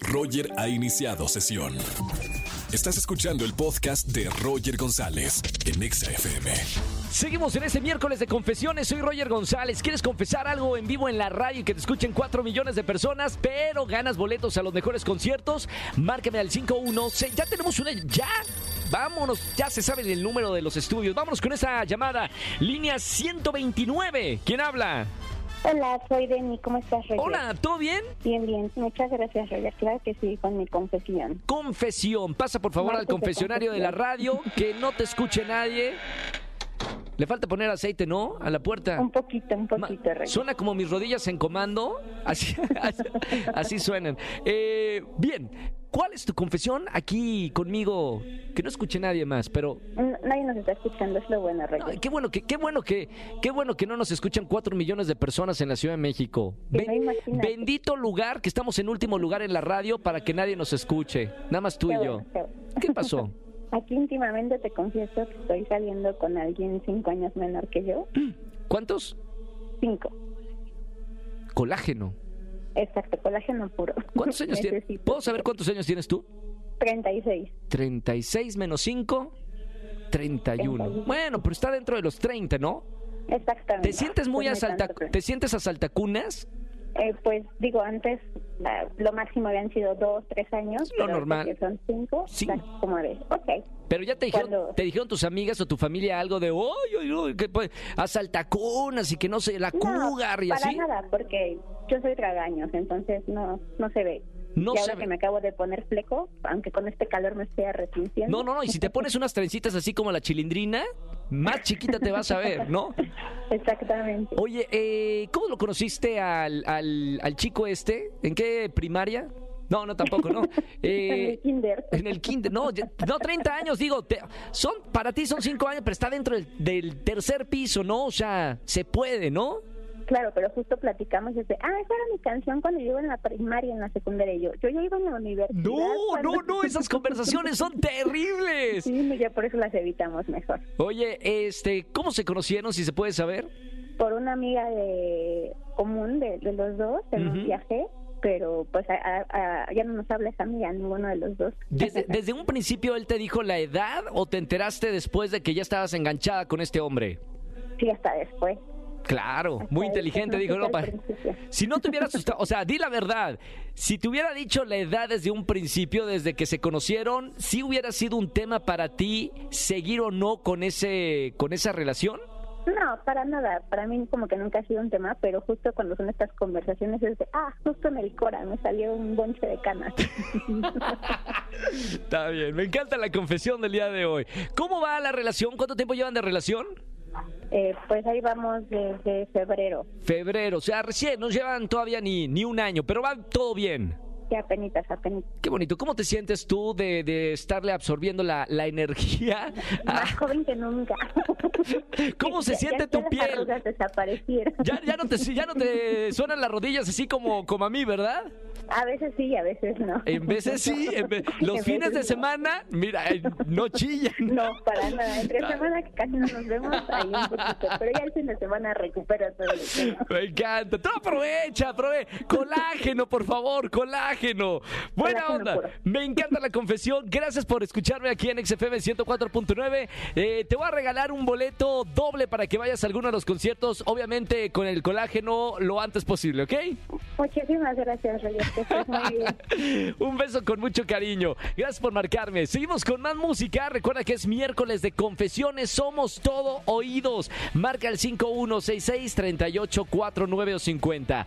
Roger ha iniciado sesión. Estás escuchando el podcast de Roger González en Exa FM. Seguimos en este miércoles de confesiones. Soy Roger González. ¿Quieres confesar algo en vivo en la radio y que te escuchen 4 millones de personas, pero ganas boletos a los mejores conciertos? Márcame al 516. Ya tenemos una. ¡Ya! Vámonos, ya se sabe el número de los estudios. Vámonos con esa llamada. Línea 129. ¿Quién habla? Hola, soy Deni. ¿Cómo estás, Roger? Hola, ¿todo bien? Bien, bien. Muchas gracias, Roger. Claro que sí, con mi confesión. Confesión. Pasa por favor al Martes de confesionario de la radio, que no te escuche nadie. Le falta poner aceite, ¿no? A la puerta. Un poquito, un Ma- poquito, Roger. Suena como mis rodillas en comando. Así, así, así suenan. Eh, bien, ¿cuál es tu confesión aquí conmigo? Que no escuche nadie más, pero N- Nadie nos está escuchando, es lo bueno, no, Roger. qué bueno que qué bueno que qué bueno que no nos escuchan cuatro millones de personas en la Ciudad de México. Sí, no, imagínate. bendito lugar que estamos en último lugar en la radio para que nadie nos escuche, nada más tú Qué y yo. bueno, qué bueno. ¿Qué pasó? Aquí íntimamente te confieso que estoy saliendo con alguien cinco años menor que yo. ¿Cuántos? Cinco. Colágeno. Exacto, colágeno puro. ¿Cuántos años tienes? Necesito. ¿Puedo saber cuántos años tienes tú? 36. 36 menos 5, 31. 31. Bueno, pero está dentro de los 30, ¿no? Exactamente. ¿Te sientes muy Pues no hay asalta, tanto, pero- te sientes asaltacunas? Eh, pues digo, antes la- lo máximo habían sido dos, tres años. Lo pero normal. que Son cinco. Cinco. está Como de, ok. Pero ya te dijeron, Cuando- te dijeron tus amigas o tu familia algo de, oye, oye, oye, que pues, asaltacunas y que no sé, la No, cougar y para así. nada, ¿eh? porque yo soy tragaños, entonces no, no se ve. No y se ahora ve. que me acabo de poner fleco, aunque con este calor me estoy arrepintiendo. No, no, no, y si te pones unas trencitas así como la chilindrina, más chiquita te vas a ver, ¿no? Exactamente. Oye, eh, ¿cómo lo conociste al, al, al chico este? ¿En qué primaria? No, no, tampoco, no. En Eh, el kinder. En el kinder, no, ya- no, 30 años, digo, te- son, para ti son 5 años, pero está dentro del, del tercer piso, ¿no? O sea, se puede, ¿no? Claro, pero justo platicamos desde, ah, esa era mi canción cuando yo iba en la primaria, en la secundaria. y Yo, yo ya iba en la universidad. No, cuando- no, no, esas conversaciones son terribles. Sí, ya por eso las evitamos mejor. Oye, este, ¿cómo se conocieron, si se puede saber? Por una amiga de común de, de los dos en Ujú. un viaje, pero pues a- a- a- ya no nos habla esa amiga, ninguno de los dos. Desde, desde un principio él te dijo la edad o te enteraste después de que ya estabas enganchada con este hombre. Sí, hasta después. Claro, muy Hasta inteligente, dijo, después, no, no, pa- al principio. Si no te hubiera asustado, o sea, di la verdad. Si te hubiera dicho la edad desde un principio, desde que se conocieron, si hubiera sido un tema para ti seguir o no con ese con esa relación? No, para nada. Para mí como que nunca ha sido un tema, pero justo cuando son estas conversaciones es de, ah, justo en el Cora me salió un bonche de canas. Está bien, me encanta la confesión del día de hoy. ¿Cómo va la relación? ¿Cuánto tiempo llevan de relación? Eh, pues ahí vamos desde febrero, Febrero, o sea, recién, no llevan todavía ni, ni un año, pero va todo bien. ya apenitas, apenitas. Qué bonito. ¿Cómo te sientes tú de, de estarle absorbiendo la, la energía? Más a- joven que nunca. ¿Cómo Ah. se Ya- siente ya tu las piel? arrugas desaparecieron. Ya, ya, no te, ya no te suenan las rodillas así como, como a mí, ¿verdad? A veces sí, a veces no. En veces sí, en ve- los En fines de veces no. semana, mira, eh, no chillan. No, para nada. Entre semana que casi no nos vemos, ahí un poquito. Pero ya el fin de semana recupera todo lo que no. Me encanta. Tú aprovecha, aprove. Colágeno, por favor, colágeno. Buena Colágeno onda. puro. Me encanta la confesión. Gracias por escucharme aquí en XFM 104.9. Eh, te voy a regalar un boleto doble para que vayas a alguno de los conciertos, obviamente con el colágeno lo antes posible, ¿ok? Muchísimas gracias, Roger. Que estés muy bien. Un beso con mucho cariño. Gracias por marcarme. Seguimos con más música. Recuerda que es miércoles de confesiones. Somos todo oídos. Marca el 5166-384950.